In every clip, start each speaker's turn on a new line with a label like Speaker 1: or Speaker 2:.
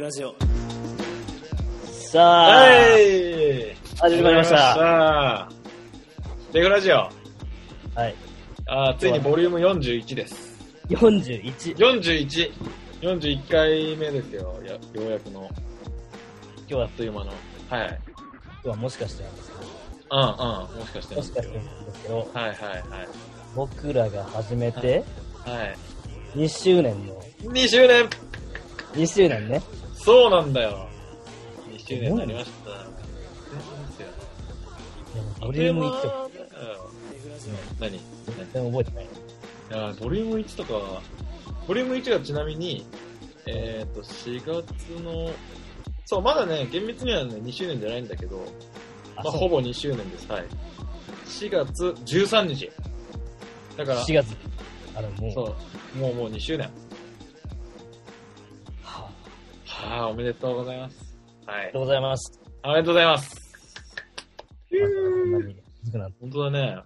Speaker 1: ラジオ。
Speaker 2: さあ、
Speaker 1: はい。
Speaker 2: 始まりました
Speaker 1: た。レゴラジオ。
Speaker 2: はい、
Speaker 1: あーついにボリューム41です。
Speaker 2: 41、今
Speaker 1: 41!41 回目ですよ。やようやくの、あ
Speaker 2: 日は
Speaker 1: っ、という間の。はい。
Speaker 2: 今日はもしかしてなんですけ
Speaker 1: うんうん。もしかして
Speaker 2: ど、
Speaker 1: な
Speaker 2: も
Speaker 1: ん
Speaker 2: しか
Speaker 1: です
Speaker 2: し
Speaker 1: よ
Speaker 2: てなんですけど、
Speaker 1: はいはい
Speaker 2: 僕らが始めて
Speaker 1: はい。はい。
Speaker 2: 2周年の、
Speaker 1: 2周年
Speaker 2: 2周年ね、
Speaker 1: そうなんだよ。2周年になりました。
Speaker 2: ボリューム1
Speaker 1: 1
Speaker 2: とか
Speaker 1: とか。うん何何
Speaker 2: 全然覚えてない。
Speaker 1: いやーボリューム1とか、ボリューム1がちなみに、えっ、と、4月の、そう、まだね、厳密にはね、2周年じゃないんだけど、ま
Speaker 2: あ、
Speaker 1: あ、
Speaker 2: そう
Speaker 1: ほぼ2周年です。はい。4月13日。だから、
Speaker 2: 4月。あれもう、
Speaker 1: そう、もうもう2周年。
Speaker 2: はあ、
Speaker 1: はあ、おめでとうございます。は
Speaker 2: ありが
Speaker 1: い
Speaker 2: と。うございます。
Speaker 1: おめでとうございます。
Speaker 2: まさかこんなに続くなんて
Speaker 1: 本当だね。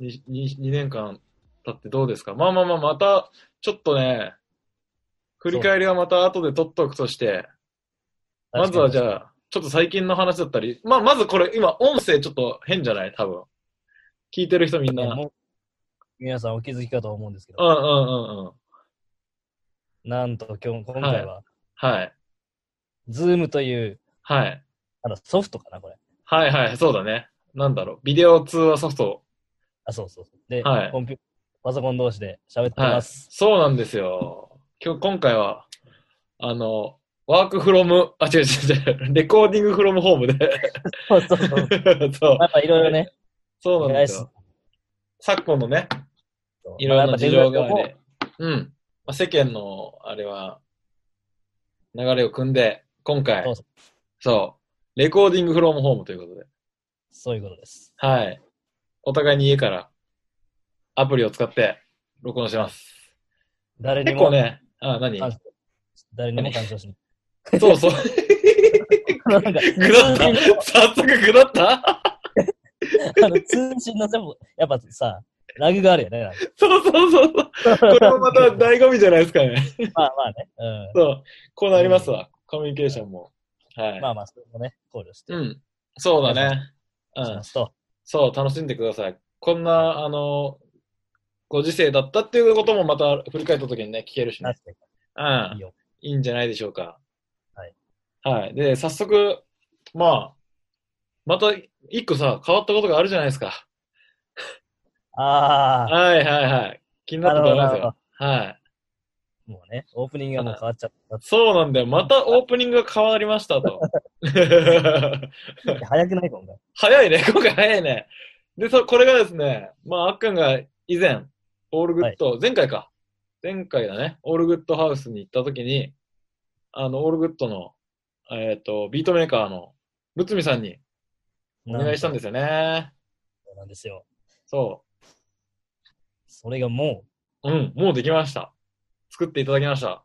Speaker 1: にに2年間経ってどうですかまあまあまあ、また、ちょっとね、振り返りはまた後で取っとくとして、まずはじゃあ、ちょっと最近の話だったり、まあ、まずこれ、今、音声ちょっと変じゃない多分。聞いてる人みんな。うんうん
Speaker 2: もう皆さんお気づきかと思うんですけど、
Speaker 1: うんうん。
Speaker 2: なんと今日、今回は、
Speaker 1: はい。
Speaker 2: ズームという、
Speaker 1: はい。
Speaker 2: あのソフトかな、これ。
Speaker 1: はいはい、そうだね。なんだろう。ビデオ通話ソフト。
Speaker 2: あ、そうそうそう。で、
Speaker 1: はい
Speaker 2: コンピュパソコン同士で喋って
Speaker 1: はい
Speaker 2: ま。す。
Speaker 1: そうなんですよ。今日、今回は、あの、ワークフロム、あ、違う違う違う、レコーディングフロムホームで。
Speaker 2: そうそうそう。
Speaker 1: そう
Speaker 2: ま。あ、いろいろね、
Speaker 1: そうなんですよ。昨今のね、いろいろな事情があ
Speaker 2: まあやっぱデブラジオも
Speaker 1: れ、うん。まあ、世間の、あれは、流れを組んで、今回
Speaker 2: そうそ、
Speaker 1: そう、レコーディングフロムホームということで、
Speaker 2: そういうことです。
Speaker 1: はい。お互いに家から、アプリを使って、録音してます。
Speaker 2: 誰に
Speaker 1: 結
Speaker 2: も
Speaker 1: 構、ね、あ、何
Speaker 2: 干渉誰にも干 渉しな
Speaker 1: そう そう。
Speaker 2: い。 なんか、通
Speaker 1: くだった
Speaker 2: 信の
Speaker 1: 早速くだった
Speaker 2: あの通信の全部、やっぱさ、ラグがあるよね。なんか
Speaker 1: そうそうそうそう。 これも また醍醐味じゃないですかね。
Speaker 2: まあまあね。う
Speaker 1: そう。こうなりますわ。コミュニケーションも。はい。
Speaker 2: ん。まあまあ、それもね、考慮して
Speaker 1: う
Speaker 2: い
Speaker 1: ん。そうだね。う
Speaker 2: き
Speaker 1: ん
Speaker 2: ま。すと。
Speaker 1: そう、楽しんでください。こんな、あの、ご時世だったっていうこともまた振り返った時にね、聞けるし
Speaker 2: な
Speaker 1: ね
Speaker 2: っ。てい
Speaker 1: う
Speaker 2: い
Speaker 1: ん。
Speaker 2: よ。
Speaker 1: いいんじゃないでしょうか。
Speaker 2: はい。
Speaker 1: はい。で、早速、まあ、また一個さ、変わったことがあるじゃないですか。
Speaker 2: あ
Speaker 1: はいはいはい。気に
Speaker 2: あ、
Speaker 1: なってたんです
Speaker 2: なるほ
Speaker 1: よ。はい。
Speaker 2: どもうね、オープニングがもう変わっちゃ っ
Speaker 1: そうなんだよ。またオープニングが変わりました と。
Speaker 2: た。早くない今回。。
Speaker 1: 早いね、 今回早いね。で、そ、これがですね、まあ、あっくんが以前、オールグッド、前回か。前回だね、オールグッドハウスに行った時に、あの、オールグッドの、えっ、と、ビートメーカーの、むつみさんにお願いしたんですすよね。
Speaker 2: そうなんですよ。
Speaker 1: そ
Speaker 2: それがもう、
Speaker 1: う。うん、もうできました。作っていただきました。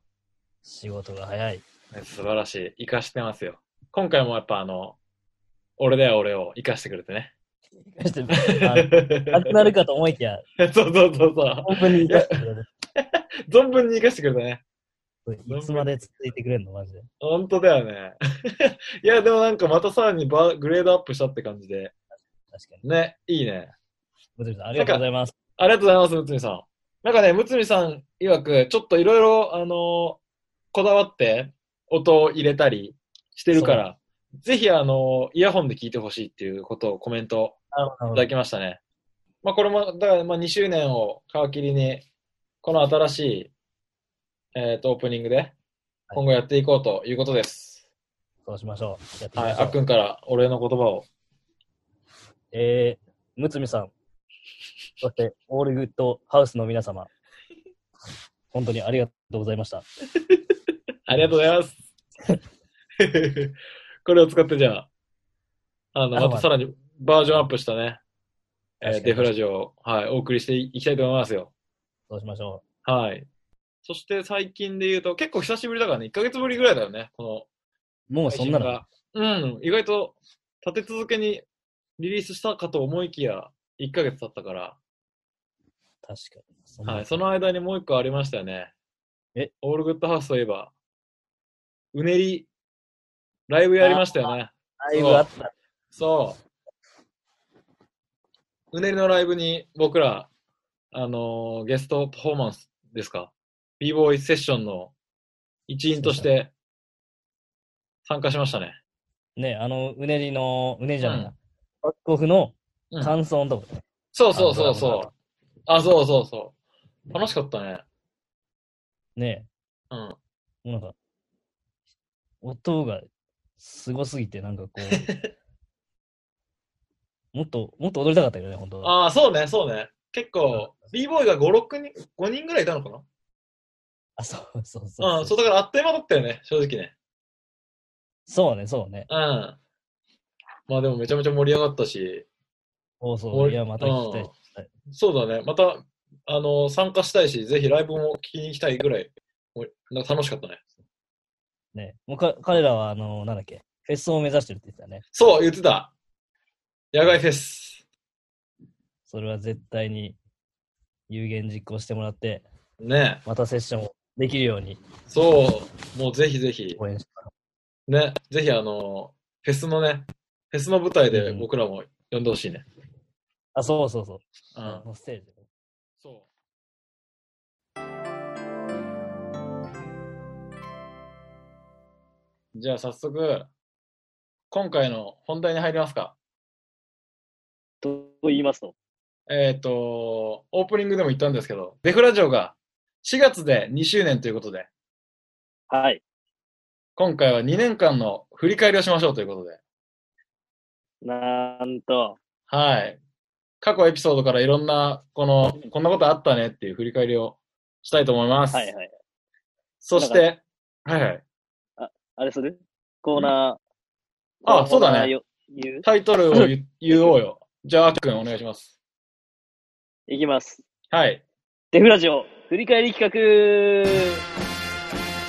Speaker 2: 仕事が早い。
Speaker 1: 素晴らしい。活かしてますよ。今回もやっぱあの、俺だよ俺を活かしてくれてね。
Speaker 2: あ のなくなるかと思いきや、
Speaker 1: そうそうそうそう。
Speaker 2: オープニング出してくれる。
Speaker 1: 存分に活かしてくれたね。
Speaker 2: いつまで続いてくれるのマジで。
Speaker 1: 本当だよね。 いや、でもなんかまたさらにバグレードアップしたって感じで。
Speaker 2: 確かに。
Speaker 1: ね、いいね。
Speaker 2: むつみさん、ありがとうございます。
Speaker 1: ありがとうございます、むつみさん。なんかね、むつみさん曰く、ちょっといろいろ、あのーこだわって音を入れたりしてるから、ぜひあのーイヤホンで聞いてほしいっていうことをコメント
Speaker 2: なるほど
Speaker 1: いただきましたね。まあこれも、だからまあ2周年を皮切りに、この新しい、えっ、と、オープニングで、今後やっていこうということです。
Speaker 2: そうしましょう。やっていき
Speaker 1: はい、
Speaker 2: まし
Speaker 1: あっ
Speaker 2: ょ
Speaker 1: く
Speaker 2: う。
Speaker 1: んからお礼の言葉を。
Speaker 2: えー、むつみさん、そして、オールグッドハウスの皆様、本当にありがとうございました。
Speaker 1: ありがとうございます。 これを使ってじゃあ、あの、
Speaker 2: あ
Speaker 1: またさらにバージョンアップしたね、えー
Speaker 2: 確かに
Speaker 1: デフラジオを、はい、お送りしていきたいと思いますよ。
Speaker 2: そうしましょ
Speaker 1: はい。そして最近で言うと、結構久しぶりだからね、1ヶ月ぶりぐらいだよね、こ
Speaker 2: う。も
Speaker 1: の
Speaker 2: うそんなの、
Speaker 1: 配信がうん、意外と立て続けにリリースしたかと思いきや、1ヶ月経ったから、
Speaker 2: 確かに。そんな
Speaker 1: はい、その間にもう一個ありましたよね。
Speaker 2: え
Speaker 1: オールグッドハウスといえば、うねり、ライブやりましたよね。
Speaker 3: ライブあった。
Speaker 1: そう。うねりのライブに僕ら、あのーゲストパフォーマンスですか b ボーイセッションの一員として参加しましたね。
Speaker 3: ね、あの、うねりの、うねりじゃないうな。バックオフの
Speaker 1: うん
Speaker 3: 感想のとこ、
Speaker 1: そうそうそう
Speaker 3: あのドラ
Speaker 1: そう。あ、そうそうそう。楽しかったね。
Speaker 3: ね、
Speaker 1: うん。
Speaker 3: もうなんか、音がすごすぎて、なんかこ う、もっと、もっと踊りたかったけどね、本当は。
Speaker 1: ああ、そうね、そうね。結構、b ボーイが5、6人、5人ぐらいいたのかな
Speaker 3: あ、そうそうそう
Speaker 1: うん、そう、だからあっという間だったよね、正直ね。
Speaker 3: そうね、そうね。
Speaker 1: うん。まあでもめちゃめちゃ盛り上がったし、
Speaker 3: そうそう。
Speaker 1: 俺
Speaker 3: いや、また聞きたい。
Speaker 1: そうだね、また、あの、参加したいし、ぜひライブも聞きに行きたいぐらい、おなんか楽しかったね。
Speaker 3: ね、もうか彼らは、あの、なんだっけ、フェスを目指してるって言ってたね。
Speaker 1: そう、言ってた。野外フェス。
Speaker 3: それは絶対に有言実行してもらって、
Speaker 1: ね
Speaker 3: またセッションをできるように
Speaker 1: そう、もうぜひぜひ、
Speaker 3: 応援します。
Speaker 1: ね、ぜひあの、フェスのね、フェスの舞台で
Speaker 3: うん
Speaker 1: 僕らも呼んでほしいね。
Speaker 3: あ、そうそうそう。
Speaker 1: う
Speaker 3: あ
Speaker 1: ん。
Speaker 3: のステージ。
Speaker 1: そう。じゃあ早速、今回の本題に入りますか。
Speaker 3: と言いますと。
Speaker 1: えっ、と、オープニングでも言ったんですけど、デフラジオが4月で2周年ということで、
Speaker 3: はい。
Speaker 1: 今回は2年間の振り返りをしましょうということで、
Speaker 2: なんと、
Speaker 1: はい。過去エピソードからいろんな、この、こんなことあったねっていう振り返りをしたいと思います。
Speaker 2: はいはい。
Speaker 1: そして、はいはい。
Speaker 2: あれするコーナー。
Speaker 1: あそうだね
Speaker 2: コーナーよ言う
Speaker 1: タイトルを言言おうよ。 じゃあ、あっくんお願いします。
Speaker 2: いきます。
Speaker 1: はい。
Speaker 2: デフラジオ、振り返り企画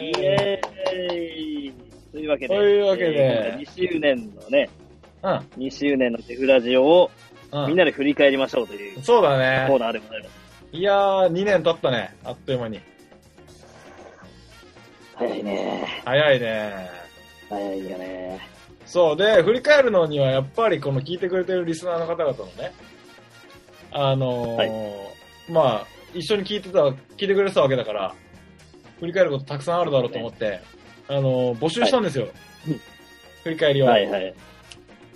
Speaker 2: イエーイというわけで、
Speaker 1: というわけで
Speaker 2: 2周年のね、
Speaker 1: うん、
Speaker 2: 2周年のデフラジオを
Speaker 1: うん。
Speaker 2: みんなで振り返りましょうという
Speaker 1: そうだ
Speaker 2: コー
Speaker 1: ね。
Speaker 2: ナーでございます。
Speaker 1: いやー、2年経ったね。あっという間に。
Speaker 2: 早いね。
Speaker 1: 早いね。
Speaker 2: 早いよね。
Speaker 1: そうで、振り返るのにはやっぱりこの聞いてくれてるリスナーの方々のね、あのー
Speaker 2: は
Speaker 1: まあ、一緒に聞いてた、聞いてくれてたわけだから、振り返ることたくさんあるだろうと思って、あのー募集したんですよ。
Speaker 2: うん
Speaker 1: 振り返りを。
Speaker 2: はいはい。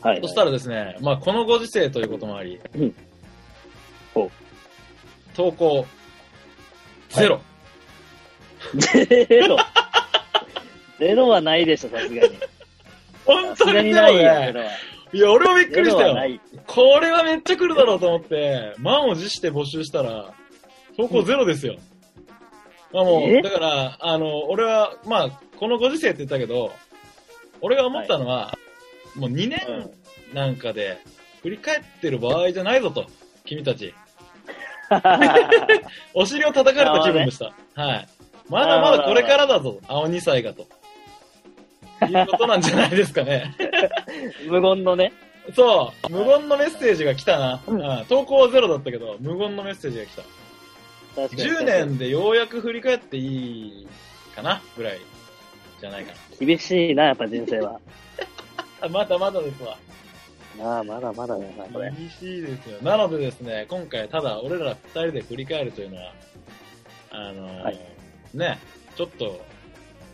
Speaker 2: はい、はい。
Speaker 1: そしたらですね、まあ、このご時世ということもあり、
Speaker 2: うんほう
Speaker 1: 投稿、ゼロ。
Speaker 2: ゼロ。 ゼロはないでしょ、さす がに。さ
Speaker 1: 本当
Speaker 2: すが
Speaker 1: に
Speaker 2: に
Speaker 1: ゼ
Speaker 2: な
Speaker 1: ロ
Speaker 2: いよ、ゼ
Speaker 1: ね。
Speaker 2: ロは。
Speaker 1: いや、俺もびっくりした
Speaker 2: ゼロはな
Speaker 1: よ。
Speaker 2: い。
Speaker 1: これはめっちゃ来るだろうと思って、満を持して募集したら、投稿ゼロですよ。まあも
Speaker 2: え
Speaker 1: う、だから、あの、俺は、まあ、このご時世って言ったけど、俺が思ったのは、もう2
Speaker 2: う
Speaker 1: 年
Speaker 2: ん
Speaker 1: なんかで、振り返ってる場合じゃないぞと、君たち。お尻を叩かれた気分でした。はい。まだまだこれからだぞ、青2歳がと。いうことなんじゃないです かね。
Speaker 2: 無言のね。
Speaker 1: そう、無言のメッセージが来たな。
Speaker 2: うん
Speaker 1: うん、投稿はゼロだったけど、無言のメッセージが来た。
Speaker 2: 確かに
Speaker 1: 10年でようやく振り返っていいかなぐらいじゃないか
Speaker 2: 厳しいな、やっぱ人生は。
Speaker 1: な。あまだまだですわ。
Speaker 2: まあ、まだまだだな、これ。
Speaker 1: 厳しいですよ。なのでですね、今回ただ俺ら二人で振り返るというのは、あのー
Speaker 2: はい
Speaker 1: ね、ちょっと、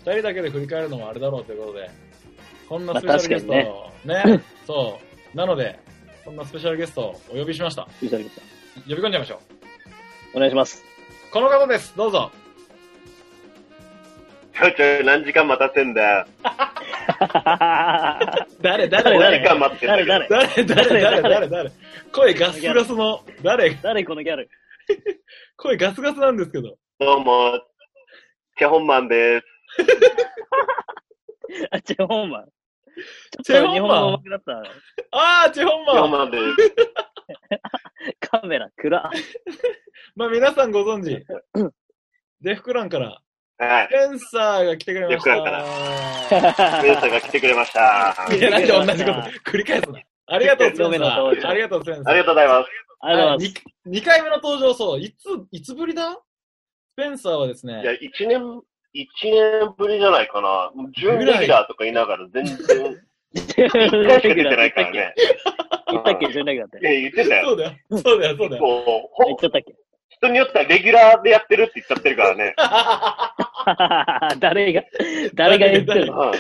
Speaker 1: 二人だけで振り返るのもあれだろうということで、こんな
Speaker 2: ま
Speaker 1: ス
Speaker 2: あ
Speaker 1: ペシャルゲストを、ね
Speaker 2: にね
Speaker 1: そう、なので、こんなスペシャルゲストをお呼びしました。
Speaker 2: ゆうさぎさん
Speaker 1: 呼び込んじゃいましょう。
Speaker 2: お願いします。
Speaker 1: この方です、どうぞ。
Speaker 4: ちょいちょい何時間待たせんだよ。
Speaker 1: 誰、誰、
Speaker 2: 誰
Speaker 1: 誰
Speaker 4: 何時間待ってんだけど。
Speaker 2: 誰
Speaker 1: 誰、誰、誰、誰、誰、声ガスガスの、誰、
Speaker 2: 誰このギャル
Speaker 1: 声ガスガスなんですけど。
Speaker 4: どうも、チェホンマンで
Speaker 2: あ、チェホンマン。
Speaker 1: チ
Speaker 2: ち
Speaker 1: ェ
Speaker 2: ょっ
Speaker 1: ホ
Speaker 2: と日
Speaker 1: ンマン
Speaker 2: 本語上手くなっ
Speaker 1: あー、チェホン
Speaker 4: す。チェ
Speaker 1: マ
Speaker 4: ホ
Speaker 1: ン
Speaker 4: ン。マン です。
Speaker 2: た。カメラ、暗。
Speaker 1: まあ皆さんご存知、デフクランから、
Speaker 4: はい。
Speaker 1: ペンサーが来てくれました。
Speaker 4: デフクランメンサが来てくれました。あり
Speaker 1: いや、なんで同じこと繰り返すな。ありがとう、ペン
Speaker 2: ごめんな
Speaker 1: サ
Speaker 2: さい
Speaker 1: ー。ありがとう、ペンサー。
Speaker 4: がとうございます。
Speaker 2: ありがとうございます。
Speaker 1: 2回目の登場、そう。いつ、いつぶりだペンサーはですね
Speaker 4: い、や、一年、一年ぶりじゃないかな。準レギュラーとか言いながら全然、
Speaker 2: 一
Speaker 4: 一回しか出てないからね。
Speaker 2: 言ったっけ、準レギュラーっ
Speaker 4: いや
Speaker 2: て。
Speaker 4: 言って
Speaker 1: そ
Speaker 4: たよ。
Speaker 1: うだよ、そうだよ、そうだ
Speaker 4: 結
Speaker 1: よ。
Speaker 4: 構、
Speaker 2: 言っ
Speaker 4: ほ
Speaker 2: ちゃったっ
Speaker 4: 人によってはレギュラーでやってるって言っちゃってるからね。
Speaker 2: け。誰が、誰が言ってる
Speaker 4: うん
Speaker 2: の
Speaker 4: うん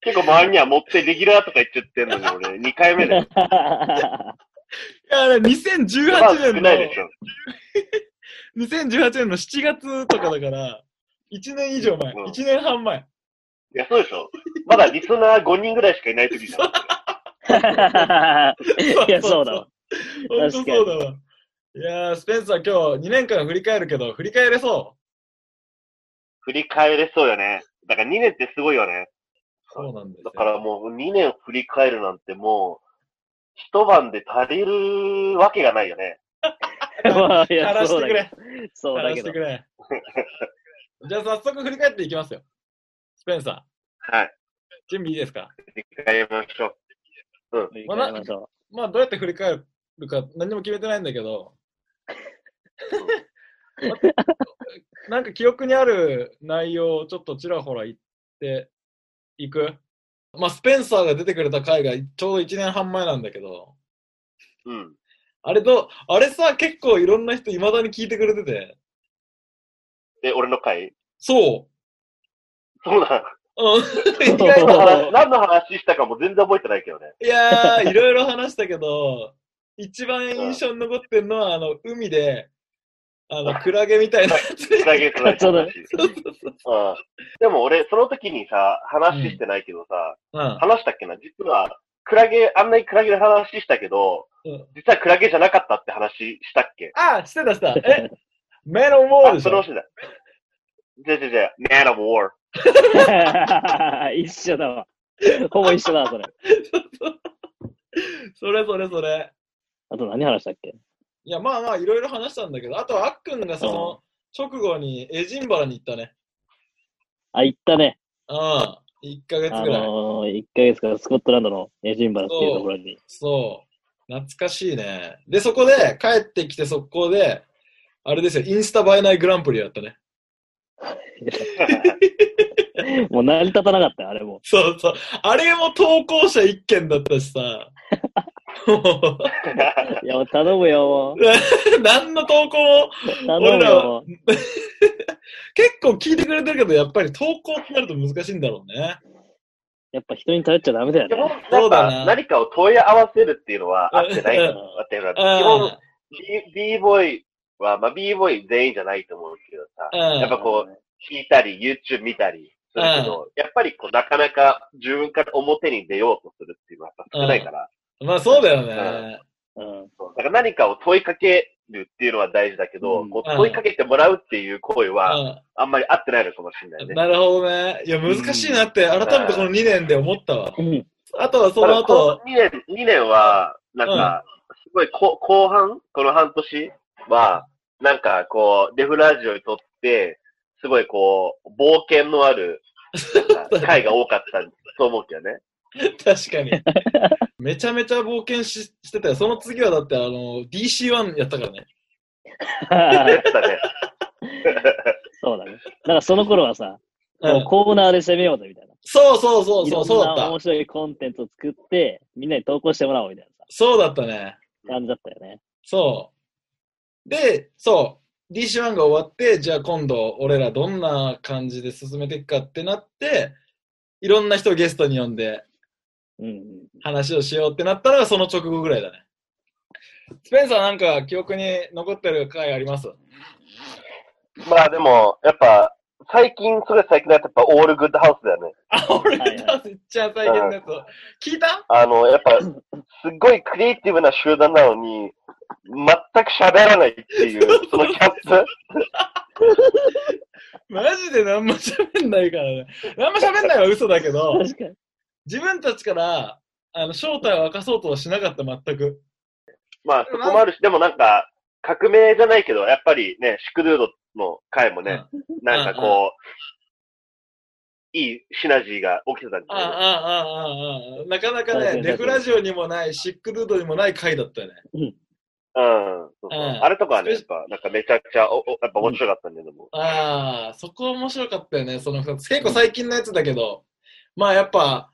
Speaker 4: 結構周りには持ってレギュラーとか言っちゃってんのに、俺、2回目 だよ。
Speaker 1: いや、あれ、
Speaker 4: まあ、少
Speaker 1: 2018年
Speaker 4: ないでしょ。
Speaker 1: の、2018年の7月とかだから、1年以上前、
Speaker 4: うん
Speaker 1: 1年半前。
Speaker 4: いや、そうでしょ。まだリスナー5人ぐらいしかいない時じゃん。
Speaker 2: いや、そうだわ。
Speaker 1: 本当そうだわ。いやー、スペンサー今日2年間振り返るけど、振り返れそ
Speaker 4: 振り返れそうよね。だから2年ってすごいよ
Speaker 1: う。
Speaker 4: ね。
Speaker 1: そうなんですよ
Speaker 4: だからもう2年振り返るなんてもう、一晩で足りるわけがないよね。
Speaker 2: まあい
Speaker 1: 垂
Speaker 2: や、
Speaker 1: ら
Speaker 2: そ
Speaker 1: し
Speaker 2: う
Speaker 1: て
Speaker 2: だ
Speaker 1: く
Speaker 2: け
Speaker 1: れ。
Speaker 2: ど。そうだ
Speaker 1: 垂ら
Speaker 2: け
Speaker 1: して
Speaker 2: ど
Speaker 1: く。 れ。じゃあ早速振り返っていきますよ。スペンサ
Speaker 4: はい。
Speaker 1: ー、準備いいですか
Speaker 4: 振り返りましょう。
Speaker 2: 振り返りましょ
Speaker 1: まあ、どうやって振り返るか何も決めてないんだ けど、なんか記憶にある内容をちょっとちらほら言っていく。まあ、スペンサーが出てくれた回がちょうど1年半前なんだけど、
Speaker 4: うん。
Speaker 1: あれどう、あれさ、結構いろんな人未だに聞いてくれてて、
Speaker 4: で、俺の回
Speaker 1: そ
Speaker 4: そうなん。
Speaker 1: う。うん 意
Speaker 4: 何
Speaker 1: 外
Speaker 4: の
Speaker 1: と
Speaker 4: 話何の話したかも全然覚えてないけ どね。
Speaker 1: いやー、いろいろ話したけど、一番印象に残ってるのは、あの、海で、あの、クラゲみたいなやつ。
Speaker 4: クラゲトライ
Speaker 2: そうだ
Speaker 4: 話。うん。でも俺、その時にさ、話してないけどさ、
Speaker 1: うん。
Speaker 4: 話したっけな実は、クラゲ、あんなにクラゲの話したけど、
Speaker 1: うん
Speaker 4: 実はクラゲじゃなかったって話したっけ
Speaker 1: あ、してたした。え、メロンウォール
Speaker 4: あ、
Speaker 1: でし
Speaker 4: その
Speaker 1: ょ
Speaker 4: 話だ。じゃあじゃあじゃあ、Man of War。
Speaker 2: う。一緒だわ。ほぼ一緒だわ、それ。
Speaker 1: それそれそれ。
Speaker 2: あと何話したっけ
Speaker 1: いや、まあまあ、いろいろ話したんだけど、あとはあっくんがその、直後にエジンバラに行ったね。
Speaker 2: あ、行ったね。
Speaker 1: うん。1ヶ月
Speaker 2: あ
Speaker 1: ぐらい。
Speaker 2: のー、1ヶ月からスコットランドのエジンバラっていうところ に。
Speaker 1: そう。懐かしいね。で、そこで、帰ってきて速攻で、あれですよ、インスタ映えないグランプリやったね。
Speaker 2: もう成り立たなかったよ、あれも。
Speaker 1: そうそう。あれも投稿者一件だったしさ。 も
Speaker 2: いや、もう頼むよ、もう。
Speaker 1: う何の投稿も、
Speaker 2: 頼む
Speaker 1: 俺らは
Speaker 2: よ。
Speaker 1: 結構聞いてくれてるけど、やっぱり投稿ってなると難しいんだろうね。
Speaker 2: やっぱ人に頼っちゃダメだよ
Speaker 4: 基
Speaker 2: ね。
Speaker 4: 本、
Speaker 1: そ
Speaker 4: な
Speaker 1: うんだ
Speaker 4: か
Speaker 1: な
Speaker 4: 何かを問い合わせるっていうのは合ってないから、
Speaker 1: うん
Speaker 4: 合ってるから。基
Speaker 1: うん
Speaker 4: 本、B, B ボーイは、まあ B ボーイ全員じゃないと思うけどさ、
Speaker 1: うん
Speaker 4: やっぱこう、聞いたり、YouTube 見たりするけど、やっぱりこう、なかなか自分から表に出ようとするっていうのはやっぱ少ないから、
Speaker 1: まあそうだよね。
Speaker 2: うん。
Speaker 4: そうだから何かを問いかけるっていうのは大事だけど、
Speaker 2: うん
Speaker 4: こう問いかけてもらうっていう行為は、
Speaker 1: う
Speaker 4: あんまり合ってないのかもしれない
Speaker 1: ん、
Speaker 4: ね。
Speaker 1: なるほどね。いや、難しいなって、改めてこの2年で思ったわ。
Speaker 2: うん。
Speaker 1: あとはその後、
Speaker 4: 2年、二年は、なんか、すごいこ、後半この半年は、なんか、こう、デフラジオにとって、すごいこう、冒険のある、なんか回が多かったと思うけど ね。
Speaker 1: 確かに。めちゃめちゃ冒険ししてたよ。その次はだって、あの、DC1 やったからね。
Speaker 4: やってたね。
Speaker 2: そうだね。なんかその頃はさ、もうコーナーで攻めようぜみたいな。
Speaker 1: そうそうそうそう、そうだ
Speaker 2: いろん
Speaker 1: っ
Speaker 2: な
Speaker 1: た
Speaker 2: 面。白いコンテンツを作って、みんなに投稿してもらおうみたいな
Speaker 1: そうだったね。
Speaker 2: さ、感じだったよね。
Speaker 1: そう。で、そう。DC1 が終わって、じゃあ今度、俺らどんな感じで進めていくかってなって、いろんな人をゲストに呼んで、
Speaker 2: うんうん。
Speaker 1: 話をしようってなったのがその直後ぐらいだね。スペンサーなんか記憶に残ってる回あります
Speaker 4: まあでも、やっぱ、最近、それ最近だとやっぱ、オールグッドハウスだよね。
Speaker 1: あ、俺ダンスいっちゃ最近のやつ。聞いた
Speaker 4: あの、やっぱ、すっごいクリエイティブな集団なのに、全く喋らないっていう、そのキャップ。
Speaker 1: マジで何も喋んないからね。何も喋んないは嘘だけど、
Speaker 2: 確かに。
Speaker 1: 自分たちから、あの、正体を明かそうとはしなかった、全く。
Speaker 4: まあ、そこもあるし、でもなんか、革命じゃないけど、やっぱりね、シクドゥードの回もね、なんかこう、いいシナジーが起きてたん
Speaker 1: ああ、あ
Speaker 4: で
Speaker 1: あ、ああ、ああ。なかなか
Speaker 2: 大
Speaker 1: ね、
Speaker 2: 変だ
Speaker 1: デフラジオにもない、シックルードにもない回だったよね。
Speaker 4: うん。そうそう
Speaker 1: うん
Speaker 4: あれとかはね、やっぱ、なんかめちゃくちゃ、お、おやっぱ面白かったんだけども。
Speaker 1: ああ、そこ面白かったよね、その二つ。結構最近のやつだけど、まあやっぱ、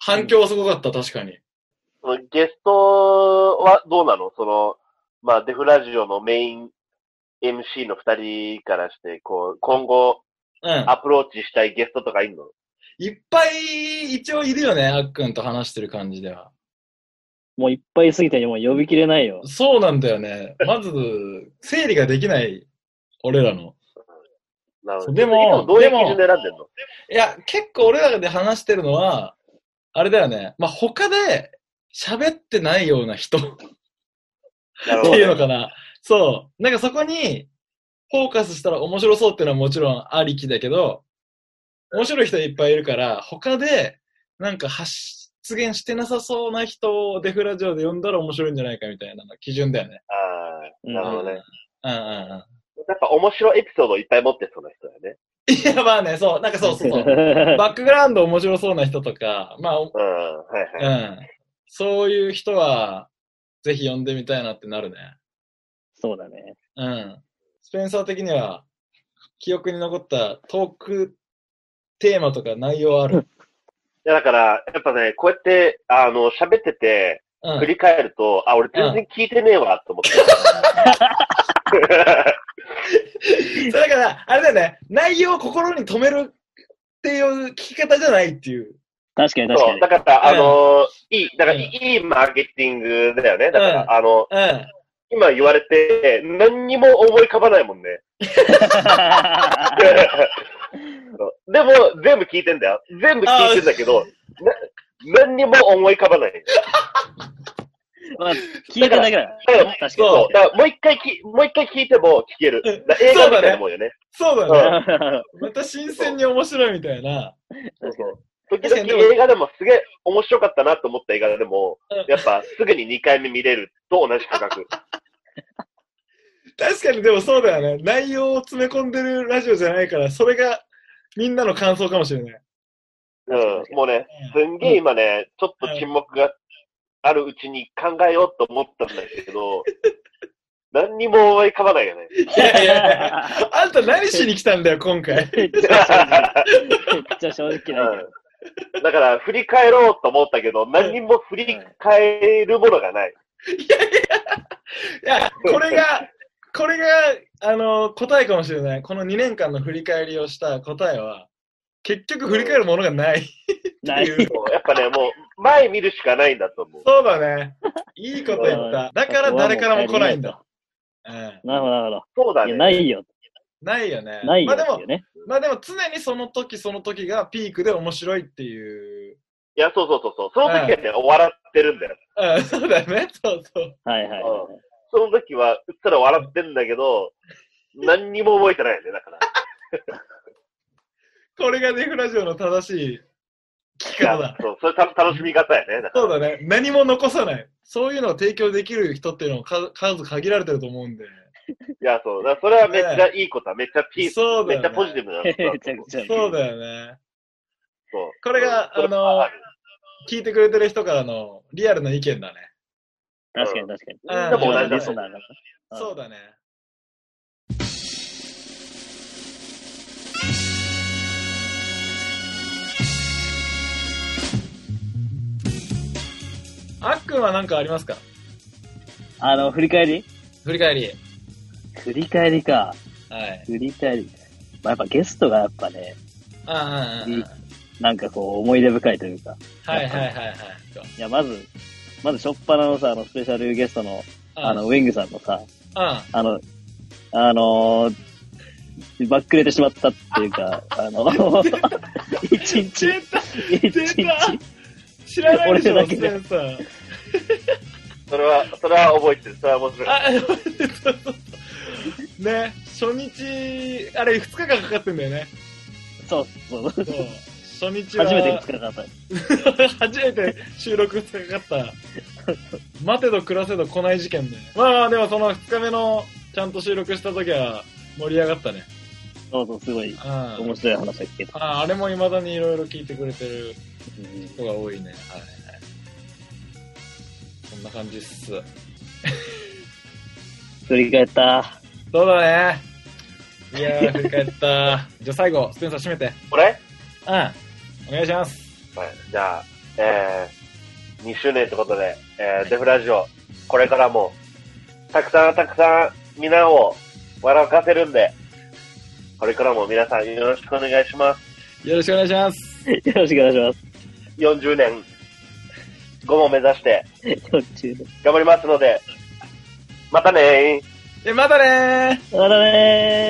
Speaker 1: 反響はすごかった、確かに。
Speaker 4: そのゲストはどうなのその、まあ、デフラジオのメイン MC の二人からして、こう、今後
Speaker 1: うん。
Speaker 4: アプローチしたいゲストとかいんの
Speaker 1: いっぱい、一応いるよね、あっくんと話してる感じでは。
Speaker 2: もういっぱいすぎて、もう呼びきれないよ。
Speaker 1: そうなんだよね。まず、整理ができない、俺らの。
Speaker 4: なるほ
Speaker 1: そ
Speaker 4: ど
Speaker 1: うでも
Speaker 4: いつどういう
Speaker 1: でも
Speaker 4: 基準で選んでんの
Speaker 1: いや、結構俺らで話してるのは、あれだよね。まあ、他で喋ってないような人っ
Speaker 4: なる
Speaker 1: て
Speaker 4: ほ
Speaker 1: いう
Speaker 4: ど
Speaker 1: のかな。そう。なんかそこに、フォーカスしたら面白そうっていうのはもちろんありきだけど、面白い人いっぱいいるから、他で、なんか発言してなさそうな人をデフラジオで呼んだら面白いんじゃないかみたいなの基準だよね。
Speaker 4: あー。なるほどね。
Speaker 1: うんうんうん。
Speaker 4: やっぱ面白いエピソードをいっぱい持ってそうな人だよね。
Speaker 1: いや、まあね、そう、なんかそうそう そ う。バックグラウンド面白そうな人とか、まあ、お
Speaker 4: うん。はいはい。
Speaker 1: うん。そういう人は、ぜひ呼んでみたいなってなるね。
Speaker 2: そうだね。
Speaker 1: うん。スペンサー的には、記憶に残ったトークテーマとか内容ある。
Speaker 4: いや、だから、やっぱね、こうやって、あの、喋ってて、
Speaker 1: うん
Speaker 4: 振。り返ると、あ、俺全然聞いてねえわ、と思 って。
Speaker 1: そうだから、あれだよね、内容を心に留めるっていう聞き方じゃないっていう。
Speaker 2: 確かに確か
Speaker 4: そう、
Speaker 2: に
Speaker 4: だ。から、あの、いい、だから、
Speaker 1: うん
Speaker 4: いいマーケティングだよね。だから、
Speaker 1: うん
Speaker 4: あの、
Speaker 1: うん。
Speaker 4: 今言われて、何にも思い浮かばないもんね。そう でも、全部聞いてんだよ。全部聞いてんだけど、な何にも思い浮かばない。
Speaker 2: まあ、聞いただけだよ。
Speaker 4: だから、
Speaker 2: 確
Speaker 4: そう、
Speaker 2: か
Speaker 4: だからもう一回き、もう一回聞いても聞ける。だから映画みたいなもんよね。
Speaker 1: そうだね。
Speaker 2: に。
Speaker 1: また新鮮に面白いみたいな。
Speaker 2: 確かに
Speaker 4: 時
Speaker 1: 確かにでも
Speaker 4: 々映画でもすげえ面白かったなと思った映画でも
Speaker 1: うん、
Speaker 4: やっぱすぐに2回目見れると同じ価格。
Speaker 1: 確かにでもそうだよね。内容を詰め込んでるラジオじゃないから、それがみんなの感想かもしれない。
Speaker 4: うん、もうね、 すんげえ今ね、ちょっと沈黙があるうちに考えようと思ったんだけど、何にも思い浮かばないよね。
Speaker 1: いやいやいやあんた何しに来たんだよ、今回。
Speaker 2: めっちゃ正直な意見。
Speaker 4: うんだから、振り返ろうと思ったけど、何にも振り返るものがない。
Speaker 1: いや、 これが、これが、あの、答えかもしれない。この2年間の振り返りをした答えは、結局振り返るものがない。
Speaker 2: ない。
Speaker 4: そうやっぱね、もう、前見るしかないんだと思う。
Speaker 1: そうだね。いいこと言った。だから誰からも来ないんだ。うん。
Speaker 2: なるほど、なる
Speaker 4: そうだ
Speaker 2: ほど。いや、
Speaker 4: ね。
Speaker 2: ないよ。
Speaker 1: ないよね。
Speaker 2: ないよ
Speaker 1: まあで
Speaker 2: ってい
Speaker 1: も
Speaker 2: う、ね。
Speaker 1: まあでも常にその時その時がピークで面白いっていう。
Speaker 4: いや、そうそうそうそう。その時はね、笑ってるんだよ。
Speaker 1: うん、そうだよね。そうそう。
Speaker 2: はいはい。
Speaker 4: その時は、うっすら笑ってんだけど、何にも覚えてないよね、だから。
Speaker 1: これがデフラジオの正しい聞き方だ。
Speaker 4: そう、それた楽しみ方やね。だから
Speaker 1: そうだね。何も残さない。そういうのを提供できる人っていうのも数数限られてると思うんで。
Speaker 4: いや、そう。だからそれはめっちゃいいことだ。めっちゃピース。
Speaker 1: そうだ
Speaker 4: め
Speaker 1: よ
Speaker 4: っ
Speaker 1: ね
Speaker 4: ちゃポジティブなの。
Speaker 2: めちゃくちゃ。
Speaker 1: そうだよね。
Speaker 4: そう
Speaker 1: これが
Speaker 4: そ
Speaker 1: あの
Speaker 4: はる
Speaker 1: 聞いてくれてる人からのリアルな意見だね。
Speaker 2: 確かに確かに。
Speaker 1: うん
Speaker 4: でも同じだ
Speaker 2: リスナーだから。
Speaker 1: そう
Speaker 2: だ。
Speaker 1: だね。あっくんは何かありますか
Speaker 2: あの、振り返り
Speaker 1: 振り返り。
Speaker 2: 振り返りか。
Speaker 1: はい。
Speaker 2: 振り返り。まあ、やっぱゲストがやっぱね、
Speaker 1: ああ、
Speaker 2: うんうんうんなんかこう思い出深いというか。
Speaker 1: はいはいはいはい。
Speaker 2: いや、まず、まずしょっぱなのさ、あのスペシャルゲストの、あの、ウェングさんのさ、
Speaker 1: あ
Speaker 2: あの、あのー、バックれてしまったっていうか、あの、 一日、一日、
Speaker 1: 出た知らないでしょ、
Speaker 2: 俺だけで
Speaker 1: センさん。
Speaker 4: それは、それは覚えてる。それは面白い。
Speaker 1: あ、そうそうそう。 ね、初日、あれ、2日間かかってんだよね。
Speaker 2: そうそう、初
Speaker 1: そう。初日は。
Speaker 2: めて2日かかっ
Speaker 1: 初めて収録2日かかった。待てど暮らせど来ない事件で。まあまあ、でもその2日目のちゃんと収録した時は盛り上がったね。
Speaker 2: た。そうそう、すごい
Speaker 1: うん。あ
Speaker 2: 面白い話だっけど。
Speaker 1: ああれも未だにいろいろ聞いてくれてる
Speaker 2: うん
Speaker 1: 人が多いね。はいはい。そんな感じっす。
Speaker 2: 振り返った。
Speaker 1: そうだね。いやー、振り返った。じゃあ最後、スペンサー閉めて。
Speaker 4: これ
Speaker 1: うん。お願いします。
Speaker 4: はい。じゃあ、えー、2周年ってことで、えー、デフラジオ、これからも、たくさんたくさん、皆を笑かせるんで、これからも皆さんよろしくお願いします。
Speaker 1: よろしくお願いします。
Speaker 2: よろしくお願いします。
Speaker 4: 40年、5問目指して、
Speaker 2: 40
Speaker 4: 頑張りますので、またねー。
Speaker 1: え、またねー
Speaker 2: またねー。